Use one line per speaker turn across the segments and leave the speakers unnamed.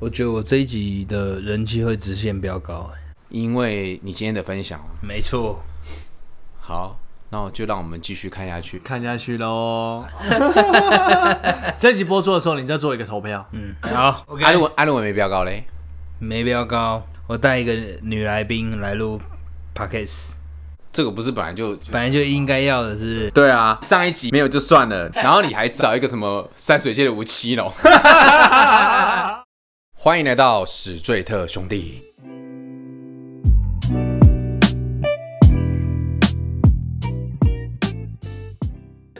我觉得我这一集的人气会直线飙高、哎
因为你今天的分享。
没错，
好，那我就让我们继续看下去。，
看下去喽。这集播出的时候，你再做一个投票。
嗯，好
安文安文没标高嘞，
没飙高，我带一个女来宾来录 podcast，
这个不是本来就
本来就应该要的是，
对啊，上一集没有就算 了，然后你还找一个什么山水界的吴奇 隆。欢迎来到史最特兄弟。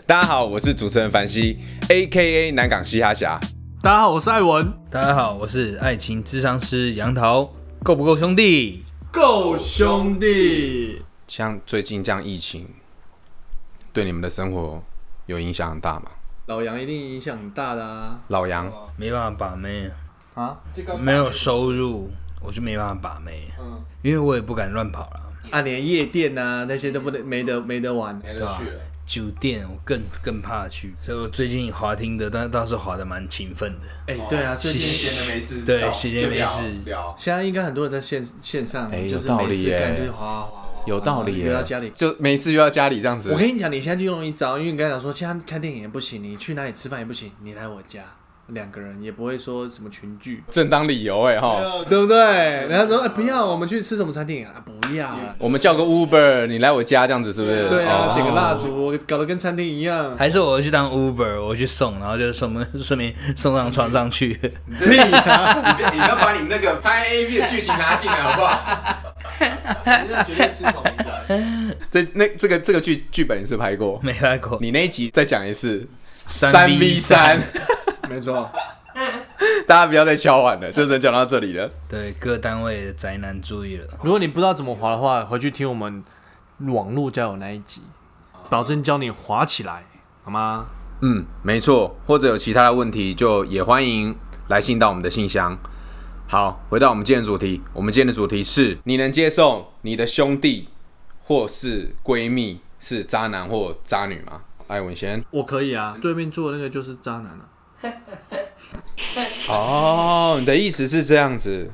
大家好，我是主持人凡西，A K A 南港嘻哈侠。
大家好，我是艾文，
大家好，我是爱情智商师杨桃，够不够兄弟？
够兄弟。
像最近这样疫情，对你们的生活有影响很大吗？
老杨一定影响很大的啊！
老杨，
没办法把妹，
啊，这个
没有收入，我就没办法把妹，
嗯
因为我也不敢乱跑啦。
啊，连夜店啊那些都不能没得没得玩。
没
吧酒店我更更怕去，所以我最近滑听的，但倒是滑的蛮勤奋的。
哎、对
哦
啊，最近
谢
闲的没事
对
找
闲着
就聊
没事
聊。
现在应该很多人在线线上，
哎
就是
有道
没
理
事干
耶
就是滑滑滑滑。
有道理耶，
约到嗯家里
就每次约到家里这样子
我。跟你讲，你现在就用一招，因为你刚才讲说，现在看电影也不行，你去哪里吃饭也不行，你来我家，两个人也不会说什么群聚，
正当理由哎哈，
对不对？然后说，哎、不要，我们去吃什么餐厅啊？啊不要啊，
我们叫个 Uber，你来我家这样子是不是？
对
哦
啊，点个蜡烛，搞得跟餐厅一样。
还是我去当 Uber，我去送，然后就顺便顺便送上床上去。
你你不要把你那个拍 A V 的剧情拿进来好不好？
绝对是从的。
这那这个这个剧剧本你是拍 过，
没来过，
你那一集再讲一次。
三 V
三
三，
没错，
大家不要再敲碗了，这只能讲到这里了。
对各单位的宅男注意 了。
如果你不知道怎么滑的话，回去听我们网络交友那一集，保证教你滑起来，好吗？
嗯，没错。或者有其他的问题，就也欢迎来信到我们的信箱。好，回到我们今天的主题，我们今天的主题是：你能接受你的兄弟或是闺蜜是渣男或渣女吗？艾文先。
我可以啊，对面坐的那个就是渣男啊。
哦，你的意思是这样子。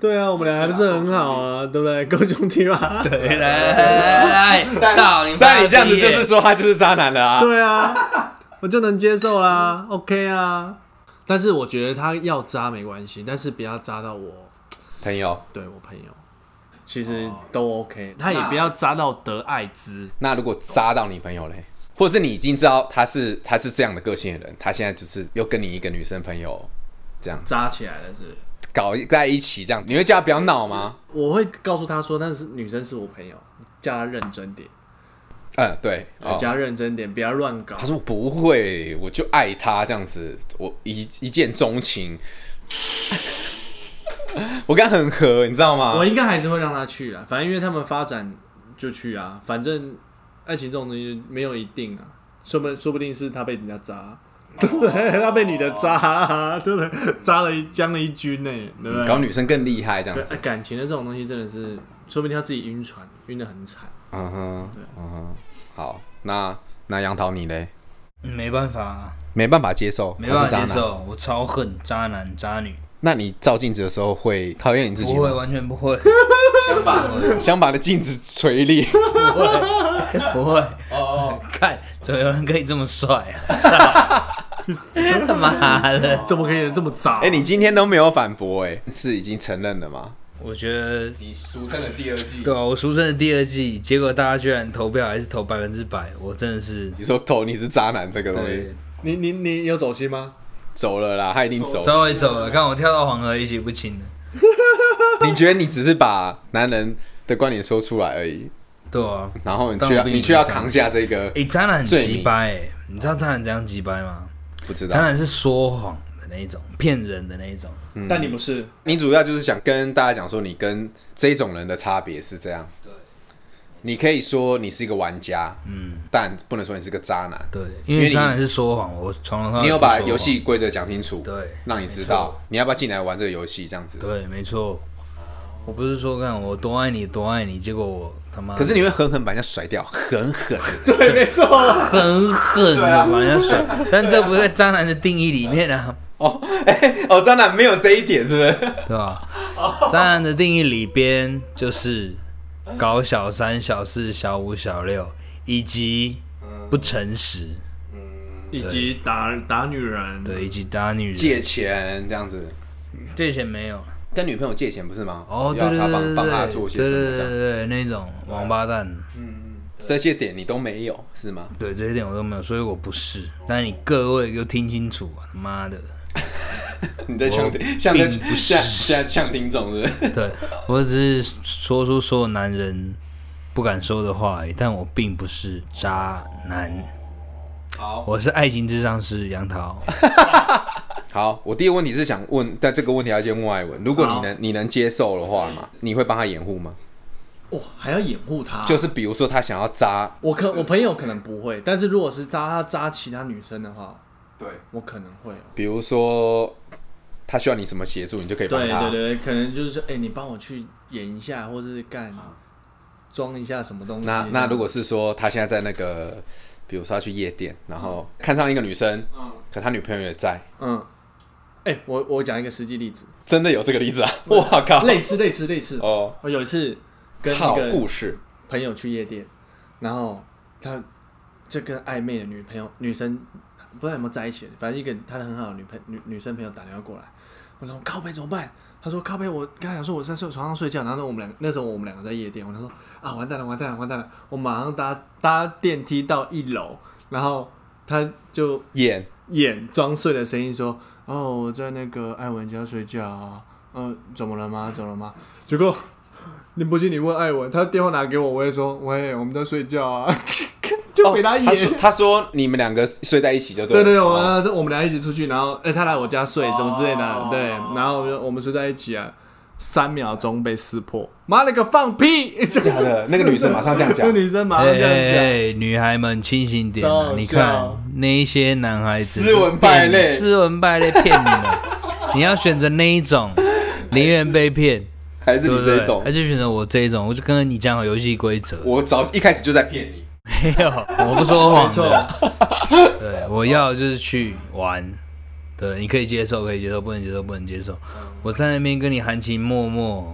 对啊，我们俩还不是很好啊，对不对？够兄弟吧？
对，来来来来，操你！
但你这样子就是，说他就是渣男了啊？
对啊，我就能接受啦，OK 啊。但是我觉得他要渣没关系，但是不要渣到我
朋友，
对我朋友，其实都 OK，他也不要渣到得艾滋。
那如果渣到你朋友嘞，或者是你已经知道他是他是这样的个性的人，他现在只是又跟你一个女生朋友这样
扎起来了是？
搞在一起这样，你会叫他不要闹吗？
我会告诉他说，那是女生是我朋友，叫他认真点，
嗯，对。哦
叫他认真点，不要乱搞
他。说我不会，我就爱他这样子，我一一见钟情。 我跟他很合，你知道吗
我？应该还是会让他去啊，反正因为他们发展就去啊，反正爱情这种东西没有一定啊，说不说不定是他被人家渣。对不对？ 他被你的渣啦，对不对？渣了一将了一军呢、对不对？
搞女生更厉害这样
对
子。
哎感情的这种东西真的是，说不定他自己晕船，晕的很 惨。
嗯哼，嗯哼，好，那那杨桃你嘞？
嗯没办法，
没办法接受，
没
他
办
是
法
渣
接
男。
受，我超恨渣男渣女，
那你照镜子的时候会讨厌你自己
不会，
吗？
完全不 会，
想把你的镜子锤裂。
不会，不会。哦， 看，怎么有人可以这么帅 啊？操妈的！
怎么可以这么渣？
哎、你今天都没有反驳，哎，是已经承认了吗？
我觉得
你俗称的第二季
对啊，我出生的第二季，结果大家居然投票还是投百分之百，我真的是
你说投你是渣男这个东西
对，
你你你有走心吗？
走了啦，他一定走。
稍微走了，看我跳到黄河一起不亲了。
你觉得你只是把男人的观点说出来而已，
对啊，
然后你
但
却
我
要
并没
你却要
这样
扛下这个，
诶，渣男很
罪名
鸡掰、欸，你知道渣男怎样鸡掰吗？
不知
渣
道。
男是说谎的那一种，骗人的那一种。
嗯
但你不是，
你主要就是想跟大家讲说，你跟这种人的差别是这样。对，你可以说你是一个玩家，嗯，但不能说你是个渣男。
对，因
因为
为
你
渣男是说谎，我从头到尾
你有
不
把
说
游戏
谎
规则讲清楚，
对嗯
让你知道你要不要进来玩这个游戏这样子。
对，没错。我不是说看我多爱你多爱你，结果我他妈
可是你会狠狠把人家甩掉，狠狠。
对，没错。
狠狠的把人家甩，但这不在渣男的定义里面啊。
哦， 渣男没有这一点，是不是？
对吧？渣男的定义里边就是搞小三、小四、小五、小六，以及不诚实，
以及打打女人，
对，以及打女人。
借钱这样子，
借钱没有？
跟女朋友借钱不是吗？
哦，对
要
对
他
对对
帮帮他
对，
做些
对
什
对
么
对
这样，
对对那种王八蛋。
这些点你都没有是吗？
对这一点我都没有，所以我不是。但你各位给我听清楚啊！他妈的，
你在呛
我
听，像在
并不是
像像呛听众是不 是？
对我只是说出所有男人不敢说的话而已，但我并不是渣男，
好，
我是爱情智商师杨桃。
好，我第一个问题是想问，但这个问题要先问艾文，如果你能你能接受的话嘛，你会帮他掩护吗？
哇，还要掩护她。
就是比如说他想要渣，
我可我朋友可能不会，但是如果是扎他扎其他女生的话，
对，
我可能会哦。
比如说他需要你什么协助，你就可以帮
对
他。
对对，可能就是说，哎、你帮我去演一下，或是干装一下什么东西。
那那如果是说他现在在那个，比如说他去夜店，然后看上一个女生，可他女朋友也在，
嗯，哎、我我讲一个实际例子，
真的有这个例子啊！我靠，
类似类似类似。
哦，
我有一次跟
好
一
故
个
事，
朋友去夜店，然后他就跟暧昧的女朋友女生不知道有没有在一起，反正一个他的很好的女朋女女生朋友打电话过来，我说靠背怎么办？他说靠背，我跟他讲说我在睡床上睡觉，然后我们两那时候我们两个在夜店，我他说啊完蛋了完蛋了完蛋了，我马上搭搭电梯到一楼，然后他就
演
演装睡的声音说：“哦，我在那个艾文家睡觉啊，呃，怎么了吗？怎么了吗？”结果你不信，你问艾文，他电话拿给我，我也说：“喂，我们在睡觉啊。” 就给他演。
哦他说他说你们两个睡在一起就
对
对
对对，我啊
哦
们、呃我们俩一起出去，然后哎、他来我家睡，怎么之类的，
哦
对，然后我就我们睡在一起啊，三秒钟被撕破，妈了个放屁！真
假的，那个女生马上这样讲
那，女生马
哎
上这样
哎
讲。
哎，女孩们清醒点
超好
啊
笑！
你看那一些男孩子，
斯文败类
斯文败类骗你们，你要选择那一种， 宁愿被骗，
还是
对不
你
对
这？种
还，是选择我这一种？我就跟你讲好游戏规则，
我早一开始就在骗你。
没有，我不说
没
谎
错，
的。对，我要就是去玩，对，你可以接受，可以接受，不能接受，不能接受。我在那边跟你含情脉脉，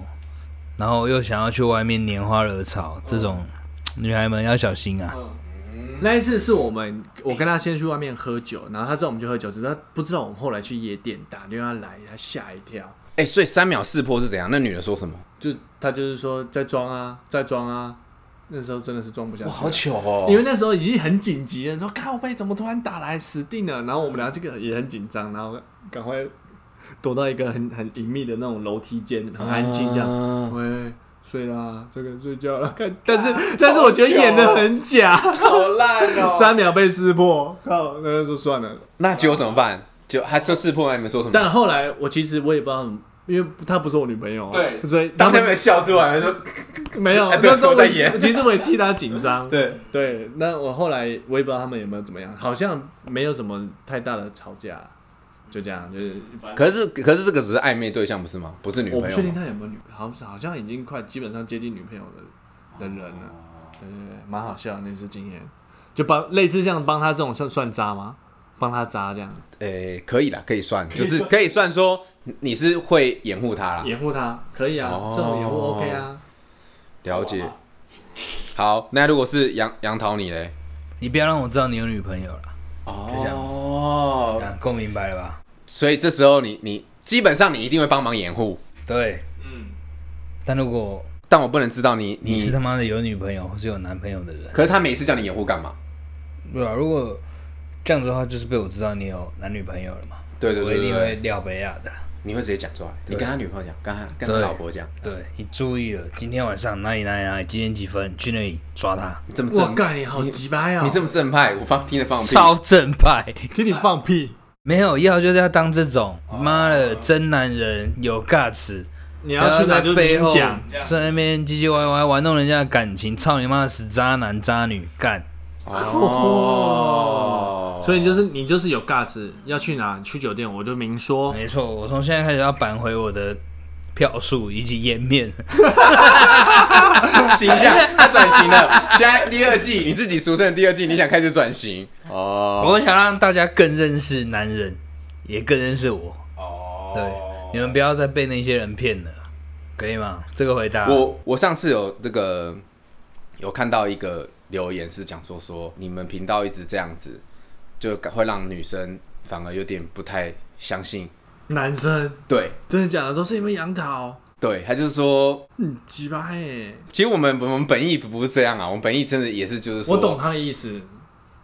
然后又想要去外面拈花惹草，这种女孩们要小心啊！
那一次是我们，我跟他先去外面喝酒，然后他知道我们去喝酒，只是他不知道我们后来去夜店打电话来，他吓一跳，
哎，所以三秒识破是怎样？那女的说什么？
就他就是说在装啊，在装啊，那时候真的是装不下去，
糗哦
因为那时候已经很紧急了，说靠背怎么突然打来，死定了。然后我们俩这个也很紧张，然后赶快躲到一个很 很隐秘的那种楼梯间，很安静这样，
啊
喂。睡啦，这个睡觉了，看，但是但是我觉得演的很假，
好烂哦
三秒被撕破，靠，那就说算了。
那结果怎么办？就他这识破，你们说什么？
但后来我其实我也不知道，因为她不是我女朋友、啊，
对
所以
当
他
他
们
们笑出来说，
没 有
哎。不要
那时候
说
我
我在演
其实我也替她紧张。
对，
对，那我后来我也不知道他们有没有怎么样，好像没有什么太大的吵架，就这样，就是
可是可是这个只是暧昧对象不是吗？不是女
我
朋友
不确定
吗。
他有没有女，好像好像已经快基本上接近女朋友的的人了。对对对，蛮好笑的那次经验，就帮类似像帮他这种算算渣吗？帮他渣这样
诶、可以啦，可以算，就是可以算说你是会掩护他啦。
掩护他可以啊，
哦
这种掩护 OK 啊。
了解。好，那如果是杨杨桃你嘞？
你不要让我知道你有女朋友了，
哦，
啊够明白了吧？
所以这时候你你基本上你一定会帮忙掩护，
对，
嗯，
但如果
但我不能知道你
你是
你。
他妈的有女朋友或是有男朋友的人，
可是他每次叫你掩护干嘛？
对吧、如果这样子的话，就是被我知道你有男女朋友了嘛，
对对
我
对
一
对
定
对
会撩北亚的啦。
你会直接讲出来，你跟他女朋友讲，跟他跟他
对
老婆讲，
对你注意了，今天晚上哪里哪里哪里，几点几分去那里抓他，
你这么
我
正，
干你好鸡巴呀！
你这么正派，我放听得放屁。
超正派。
听你放屁，
没有要就是要当这种，
哦
妈的真男人有 guts，你
你要去哪
在
就
背
明
后
讲。
在那边唧唧歪歪玩弄人家的感情，操你妈的死渣男渣女干！
哦，
所以你就是你就是有尬子，要去哪去酒店我就明说。
没错，我从现在开始要扳回我的票数以及颜 面。
形象，他转型了。现在第二季，你自己俗称的第二季，你想开始转型哦。
我想让大家更认识男人，也更认识我。
哦，
对，你们不要再被那些人骗了，可以吗？这个回答，
我我上次有这个有看到一个留言是讲说说你们频道一直这样子，就会让女生反而有点不太相信。
男生
对
真的假的都是因为杨桃，
对，他就是说，
嗯，鸡巴哎，
其实我们我们本意不是这样啊，我们本意真的也是就是说，
我懂他的意思，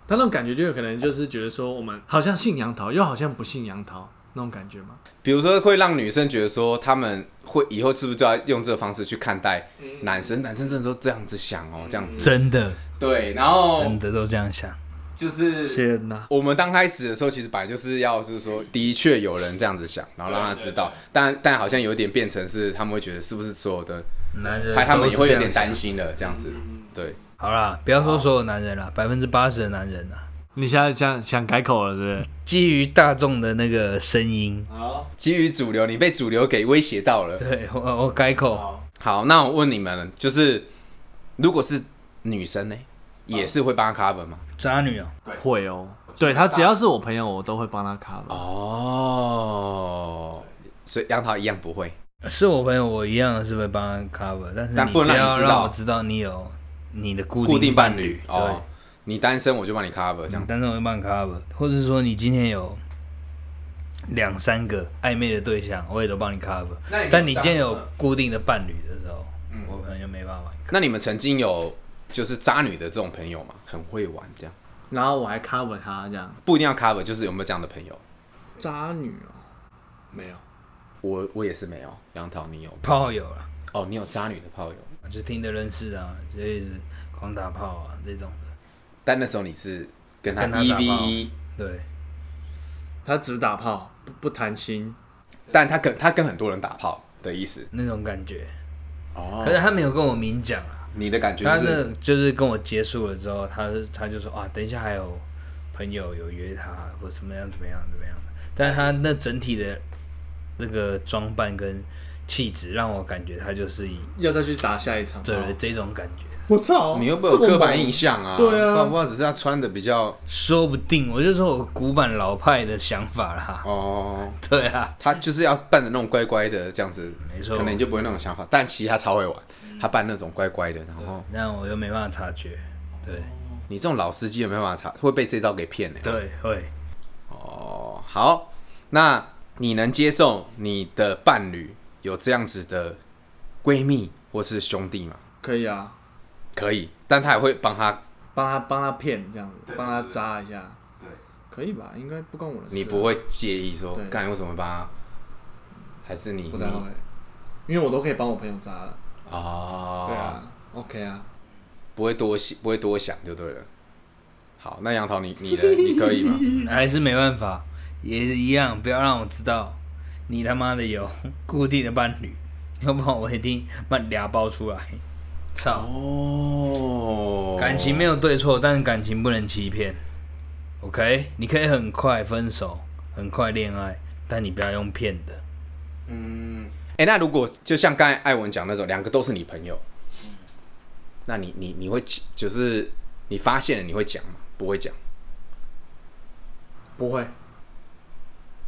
他那种感觉就有可能就是觉得说我们好像信杨桃，又好像不信杨桃那种感觉嘛。
比如说会让女生觉得说，他们会以后是不是就要用这个方式去看待男生？男生真的都这样子想哦，这样子。
嗯真的
对，然后
真的都这样想。
就是
天哪，
我们刚开始的时候，其实本来就是要就是说，的确有人这样子想，然后让他知道，但但好像有点变成是他们会觉得是不是所有的，
男人
还他们也会有点
心。
担心了这样子。对，
好啦，不要说所有男人啦，百分之八十的男人啊，
你现在想想改口了，对不
基于大众的那个声音，
对？好，
基于主流，你被主流给威胁到了。
对我我改口，
好，那我问你们，就是如果是女生呢，也是会帮他 cover 吗？
渣女哦、
会哦。对他只要是我朋友，我都会帮他 cover。
哦，所以杨桃一样不会。
是我朋友，我一样是会帮他 cover，但是
但
你
不
不
能让你
要
知道
让我知道你有你的固
固定伴
侣
侣，嗯哦，你单身我就帮你 cover 这
对
样，。
但是我会帮你 cover，或者是说你今天有两三个暧昧的对象，我也都帮你 cover，
那
但你今天有固定的伴侣的时候，
嗯
我可能就没办法。
那你们曾经有就是渣女的这种朋友吗？很会玩这样，
然后我还 cover 他这样，
不一定要 cover，就是有没有这样的朋友？
渣女哦，没有，
我我也是没有，杨桃你有吗
炮友啦，
哦，你有渣女的炮友，
就听得认识啊，就一直狂打炮啊这种的，
但那时候你是跟他
跟他
一
打炮
v 一，
对。
他只打炮不不谈心，
但他跟他跟很多人打炮的意思
那种感觉。
哦
可是他没有跟我明讲啊，
你的感觉
他
就是
是就是跟我结束了之后，他是他就说啊，等一下还有朋友有约他，或怎么样怎么样怎么样的。但是他那整体的那个装扮跟气质，让我感觉他就是以
要再去打下一场炮。
对
哦
对这种感觉。
我操
你又不会有刻板印象啊，
这么猛对啊
不然不知道只是他穿的比较
说不定我就说我古板老派的想法啦，
哦，
对啊，
他就是要扮的那种乖乖的这样子，
没错
可能你就不会那种想法，但其实他超会玩，他扮那种乖乖的，然后
那我就没办法察觉。对
你这种老司机有没有办法查，会被这招给骗呢、
对会，
哦，好，那你能接受你的伴侣有这样子的闺蜜或是兄弟吗？
可以啊，
可以，但他也会帮他，
帮他帮他骗这样子，帮他扎一下，对，可以吧？应该不关我的事啊、
你不会介意说
对，
干你为什么会帮他？还是你
不太会
你，
因为我都可以帮我朋友扎了，
哦，
对，啊，OK 啊，
不会多想，不会多想就对了。好，那杨桃你你的你可以吗？
嗯还是没办法，也是一样，不要让我知道你他妈的有 固定的伴侣，要不然我一定把你俩爆出来。操，
哦
感情没有对错，但感情不能欺骗。OK，你可以很快分手，很快恋爱，但你不要用骗的。
哎、那如果就像刚才艾文讲那种，两个都是你朋友，那你你你会起就是你发现了你会讲吗？不会讲，
不会，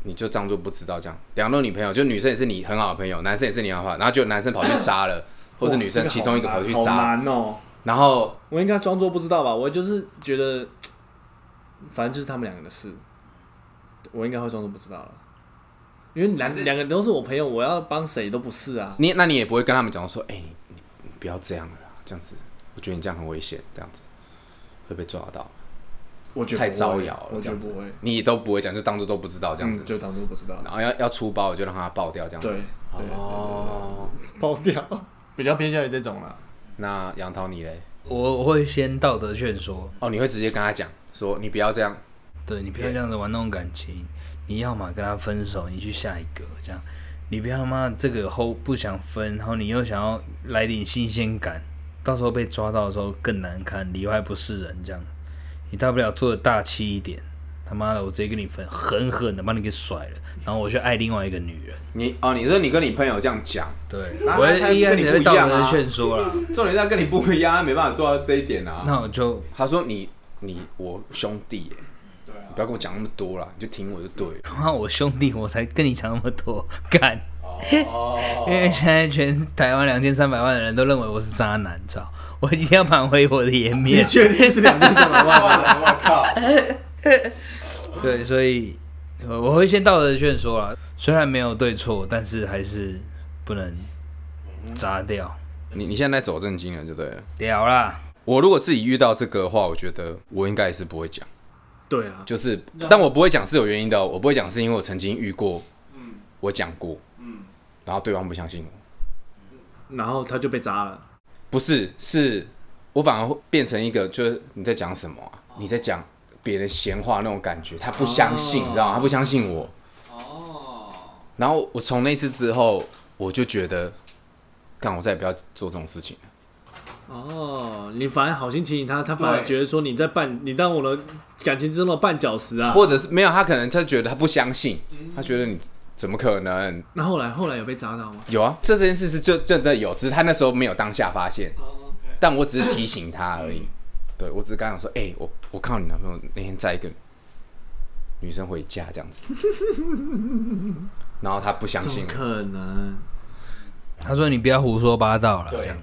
你就当做不知道这样。两个都是你朋友，就女生也是你很好的朋友，男生也是你很好的朋友，然后就男生跑去扎了，或是女生其中一个跑去
好
扎，
难哦，
然后
我应该装作不知道吧？我就是觉得，反正就是他们两个的事，我应该会装作不知道了。因为两两个都是我朋友，我要帮谁都不是啊。
你那你也不会跟他们讲说，哎、你你你不要这样了啦，这样子，我觉得你这样很危险，这样子会被抓到，
我觉得
太
不会
招摇了，
我
这
觉得
样
不
子
会，
你都不会讲，就当做都不知道这样子
嗯，，就当做不知道。
然后要要出包我就让他爆掉这样
对
子
对。对
哦，
包掉，比较偏向于这种啦。
那杨桃你嘞？
我我会先道德劝说，
哦，你会直接跟他讲说你不要这样，
对你不要这样子玩弄感情，你要么跟他分手，你去下一个这样，你不要妈这个后不想分，然后你又想要来点新鲜感，到时候被抓到的时候更难看，里外不是人这样，你大不了做的大气一点，他妈的我直接跟你分，狠狠的把你给甩了，然后我去爱另外一个女人，
你哦，你说你跟你朋友这样讲，
对，
啊
我
那他
一开
跟你
始
不
会
一
道
样啊
德劝说啦，
重点是他跟你不一样，他没办法做到这一点啊。
那我就
他说你你我兄弟耶，
对啊，
不要跟我讲那么多啦，你就听我就对了。
妈，我兄弟，我才跟你讲那么多， 干。
哦
因为现在全台湾两千三百万的人都认为我是渣男，知道？我一定要挽回我的颜面。
确定是两千三 百万吗？
我靠！
对，所以呃我会先道德劝说啦，虽然没有对错，但是还是不能
嗯
砸掉
你你现在在走正经了，就对了。
屌啦。
我如果自己遇到这个的话，我觉得我应该也是不会讲，
对啊，
就是，但我不会讲是有原因的哦，我不会讲是因为我曾经遇过，我讲过，然后对方不相信我，
然后他就被砸了。
不是，是我反而会变成一个，就是你在讲什么啊？你在讲别人闲话那种感觉，他不相信，你知道吗？他不相信我。然后我从那次之后，我就觉得，干，我再也不要做这种事情了。
哦，你反而好心提醒他，他反而
对
觉得说你在绊，你当我的感情之中的绊脚石啊。
或者是没有，他可能他觉得他不相信，他觉得你怎么可能
那后来后来有被砸到吗？
有啊？这件事是就真的有，只是他那时候没有当下发现，
哦
但我只是提醒他而已。 对我只是刚想说，哎、我我看到你男朋友那天载一个女生回家这样 子，然后他不相
怎
信
么，可能？
他说你不要胡说八道了，这
对
样，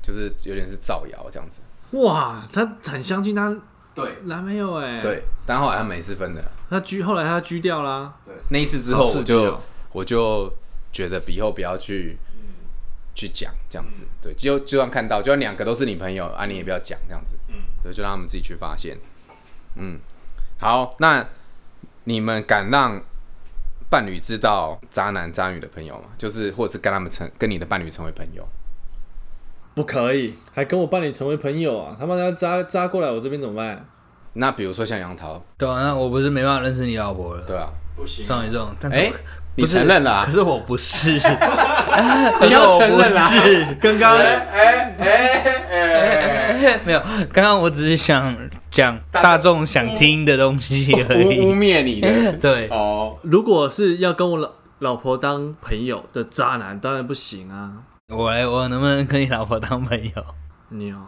就是有点是造谣这样子。
哇，他很相信他
对
男朋友哎。，
对，但后来他们也是分的。
他居后来他居掉啦。
那一次之后，
好刺
我
激
就、
哦
我就觉得以后不要去、去讲这样子，对，就就算看到，就算两个都是你朋友啊，你也不要讲这样子，嗯，对，就让他们自己去发现，嗯，好，那你们敢让伴侣知道渣男渣女的朋友吗？就是或者是跟他们成跟你的伴侣成为朋友，
不可以，还跟我伴侣成为朋友啊！他妈要扎扎过来我这边怎么办？
那比如说像杨桃，
对啊，那我不是没办法认识你老婆了，
对啊，
不行
上一种，但是
哎、
我
你
不是
承认了、啊
可， 是我不是，
你要承认
啊
啦，
刚刚
哎哎 哎，
没有，刚刚我只是想讲大众想听的东西而
污污
已。
蔑你的
对，
哦。
如果是要跟我老老婆当朋友的渣男，当然不行啊！
我来，我能不能跟你老婆当朋友？
你哦，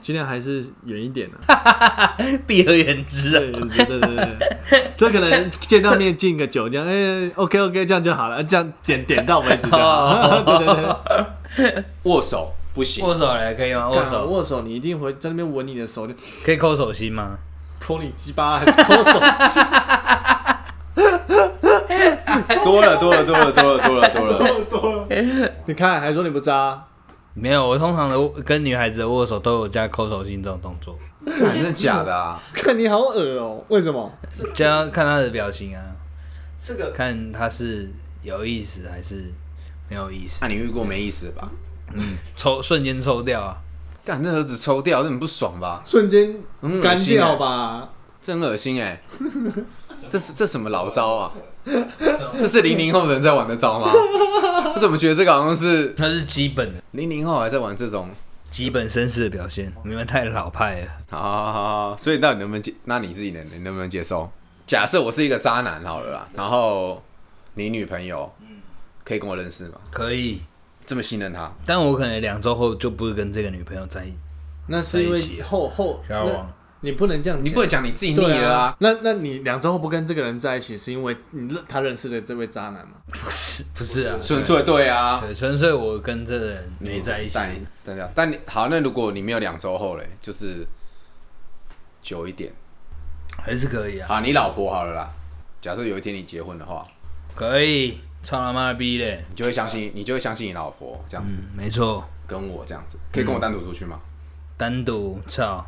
尽量还是远一点啊。
避而远之
对
啊！
对对对对，这可能见到面敬个酒，这样哎、OK OK，这样就好了，这样点点到为止就好。对对对，
握手不行，
握手来可以吗？握
干
手
握手，你一定会在那边闻你的手，就
可以抠手心吗？
抠你鸡巴还是抠手指？
多了多了多了多了多了多了，
你看还说你不渣，
没有，我通常的握跟女孩子的握手都有加抠手心这种动作，
真的假的啊？
看你好恶哦、为什么？
就要看她的表情啊，
这个，
看她是有意思还是没有意思
那，你遇过没意思的吧？
抽瞬间抽掉啊！
干这盒子抽掉，这很不爽吧？
瞬间
嗯
干
恶心
掉
欸
吧？
这很恶心哎、这是这什么老招啊？这是零零后人在玩的招吗？我怎么觉得这个好像是
那是基本的
零零后还在玩这种？
基本绅士的表现，你们太老派了。
好好好好，所以到底能不能接？那你自己能你能不能接受？假设我是一个渣男好了啦，然后你女朋友可以跟我认识吗？
可以，
这么信任
啊
她？
但我可能两周后就不会跟这个女朋友在一起
那是因
在一起
为后后
交往
那，你不能这样讲，
你不能讲你自己腻
对
了
啊
啊！。
那那你两周后不跟这个人在一起，是因为你认他认识的这位渣男吗？
不是不是啊，
纯粹对啊，
对，纯粹我跟这个人没在一起，
但但这样，但你好，那如果你没有两周后嘞，就是久一点。
还是可以啊，
好，你老婆好了啦。假设有一天你结婚的话，
可以，操他妈的逼嘞！
你就会相信，你就会相信你老婆这样子，
啊嗯，没错，
跟我这样子，可以跟我单独出去吗？
单独操，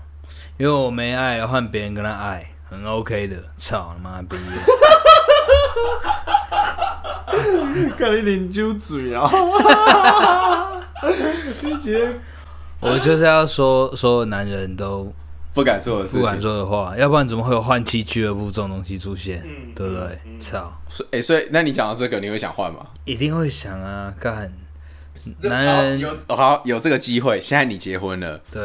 因为我没爱，换别人跟他爱，很 OK 的，操他妈的逼 嘞！
看你邻居嘴啊！你觉得
我就是要说，所有男人都
不敢说的事
不敢
情。
说的话，要不然怎么会有换妻俱乐部这种东西出现？对不对？操，
所哎、所以那你讲到这个，你会想换吗？
一定会想啊，干，男人
好有好有这个机会，现在你结婚了，
对，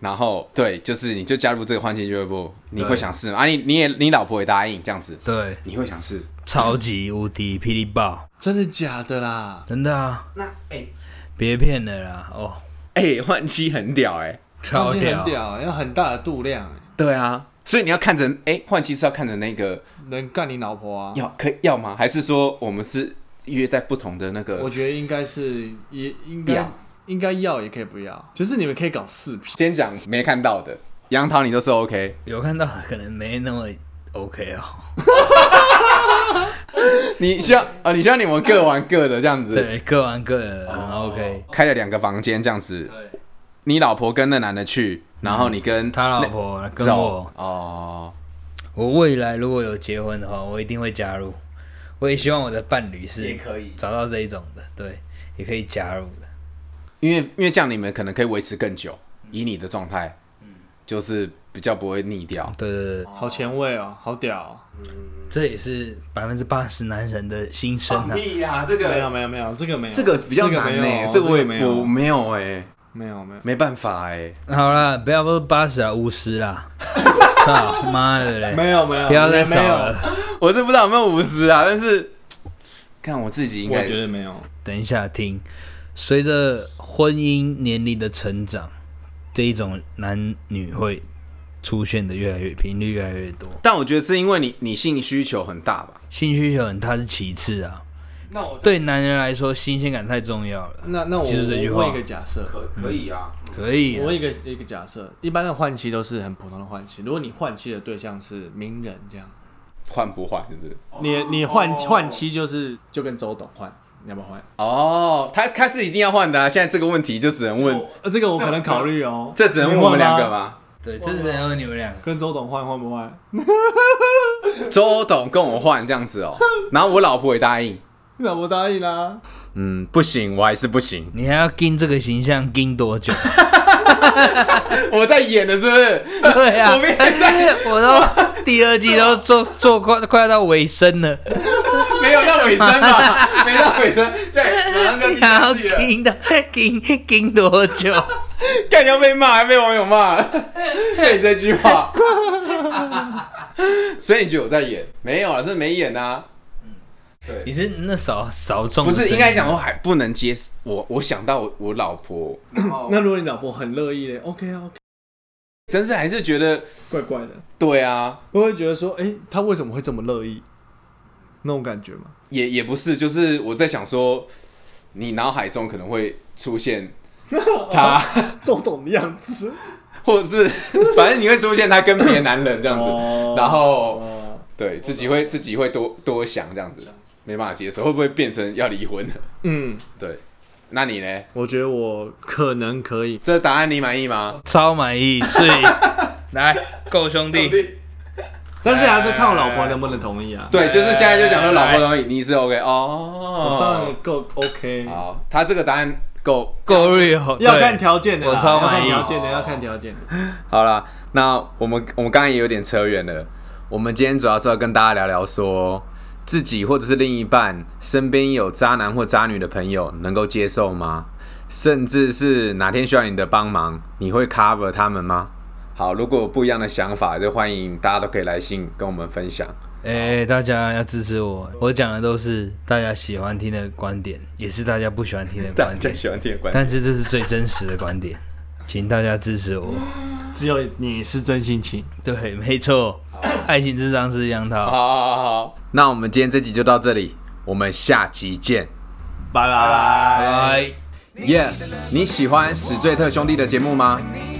然后对，就是你就加入这个换妻俱乐部，你会想试吗？啊，你你也你老婆也答应这样子，
对，
你会想试？
超级无敌霹雳爆，
真的假的啦？
真的啊，
那哎
别骗了啦，哦，
哎、换妻很屌哎、
超
东西
屌
很，屌，要很大的度量欸。
对啊，所以你要看着，哎、换妻是要看着那个
能干你老婆啊？
要可以要吗？还是说我们是约在不同的那
我
个？
觉得应该是也应该
要
应该要也可以不要，其实你们可以搞四批，
先讲没看到的，杨桃你都是 OK，
有看到可能没那么 OK 哦。
你希望啊、你希望你们各玩各的这样子，
对，各玩各的，很 OK。
开了两个房间这样子，你老婆跟那男的去，然后你跟
嗯他老
那
婆跟
走
我，
哦，
我未来如果有结婚的话，我一定会加入。我也希望我的伴侣是
也可以
找到这一种的，对，也可以加入的。
因为因为这样你们可能可以维持更久，以你的状态，就是比较不会腻掉。
对对对，
好前卫哦，好屌哦、
这也是百分之八十男人的心声啊。
屁啦，这
没有没有没有，这个没有，
这个比较难呢、
没有
这个我也
没
我
有，
没有哎、
没有没有，
没办法哎、
哦
好啦，不要说八十啊，五十 啦，操妈的嘞！
没有没有，
不要再少
没有，
了。
我是不知道有没有五十啊，但是看我自己应
我
该
觉得没有，
等一下听，随着婚姻年龄的成长，这一种男女会出现的越来越频率越来越多。
但我觉得是因为你你性需求很大吧？
性需求很大是其次啊，
那我
对男人来说新鲜感太重要了。
那那我
其实这句话
我问一个假设，
可可以啊，
可以
我
啊、
问一个一个假设，一般的换妻都是很普通的换妻。如果你换妻的对象是名人这样，
换不换是不是？
你
哦
你换换妻就是就跟周董换，你要不要换？
哦，他他是一定要换的啊！现在这个问题就只能问，
呃，这个我可能考虑哦，
这只能问我们两个
吧。
吧？
对，这是要你们两个。
跟周董换换不换？
周董跟我换这样子哦，然后我老婆也答应。
那我答应啦、
嗯，不行，我还是不行。
你还要跟这个形象跟多 久？
我在演的是不是？
对啊，
我没有在
我都第二季都 做做快快要到尾声了，
没有到尾声吧？没到尾声，对，马上就要
你
听
还要
下去了。
跟的跟跟多久？
干要被骂，还被网友骂，被你这句话。所以你觉得我在演？没有啊，这没演啊。
你
对，
是那少少中
不是应该讲
话？
我还不能接我，我想到我我老婆，
那如果你老婆很乐意嘞，OK 啊，OK，
但是还是觉得
怪怪的，
对啊，
我会觉得说，哎、他为什么会这么乐意？那种感觉嘛。
也也不是，就是我在想说，你脑海中可能会出现他，
周董的样子，
或者是反正你会出现他跟别的男人这样子，
哦
然后
哦，
对自己会自己会多多想这样子，没办法接受，会不会变成要离婚？
嗯，
对，那你呢？
我觉得我可能可以，
这答案你满意吗？
超满意，所以来够兄弟，
但是还是看我老婆能不能同意啊。
对，就是现在就讲说老婆同意，你是 OK 哦。
够 OK，
好，他这个答案够
够 real，
要看
对
条件的啦，
我超
要看
满意
条件的要看条件的。
好啦，那我们我们刚刚也有点扯远了。我们今天主要是要跟大家聊聊说，自己或者是另一半身边有渣男或渣女的朋友，能够接受吗？甚至是哪天需要你的帮忙，你会 cover 他们吗？好，如果有不一样的想法，就欢迎大家都可以来信跟我们分享。
哎、大家要支持我，我讲的都是大家喜欢听的观点，也是大家不喜欢听的
大
观
家
点，
喜欢听的观点，
但是这是最真实的观点，请大家支持我。
只有你是真性情，
对，没错，爱情智商是杨桃。
好好好好，那我们今天这集就到这里，我们下集见。
拜拜。
拜。
耶你喜欢史最特兄弟的节目吗？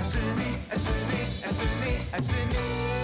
see me, I see me, I see me.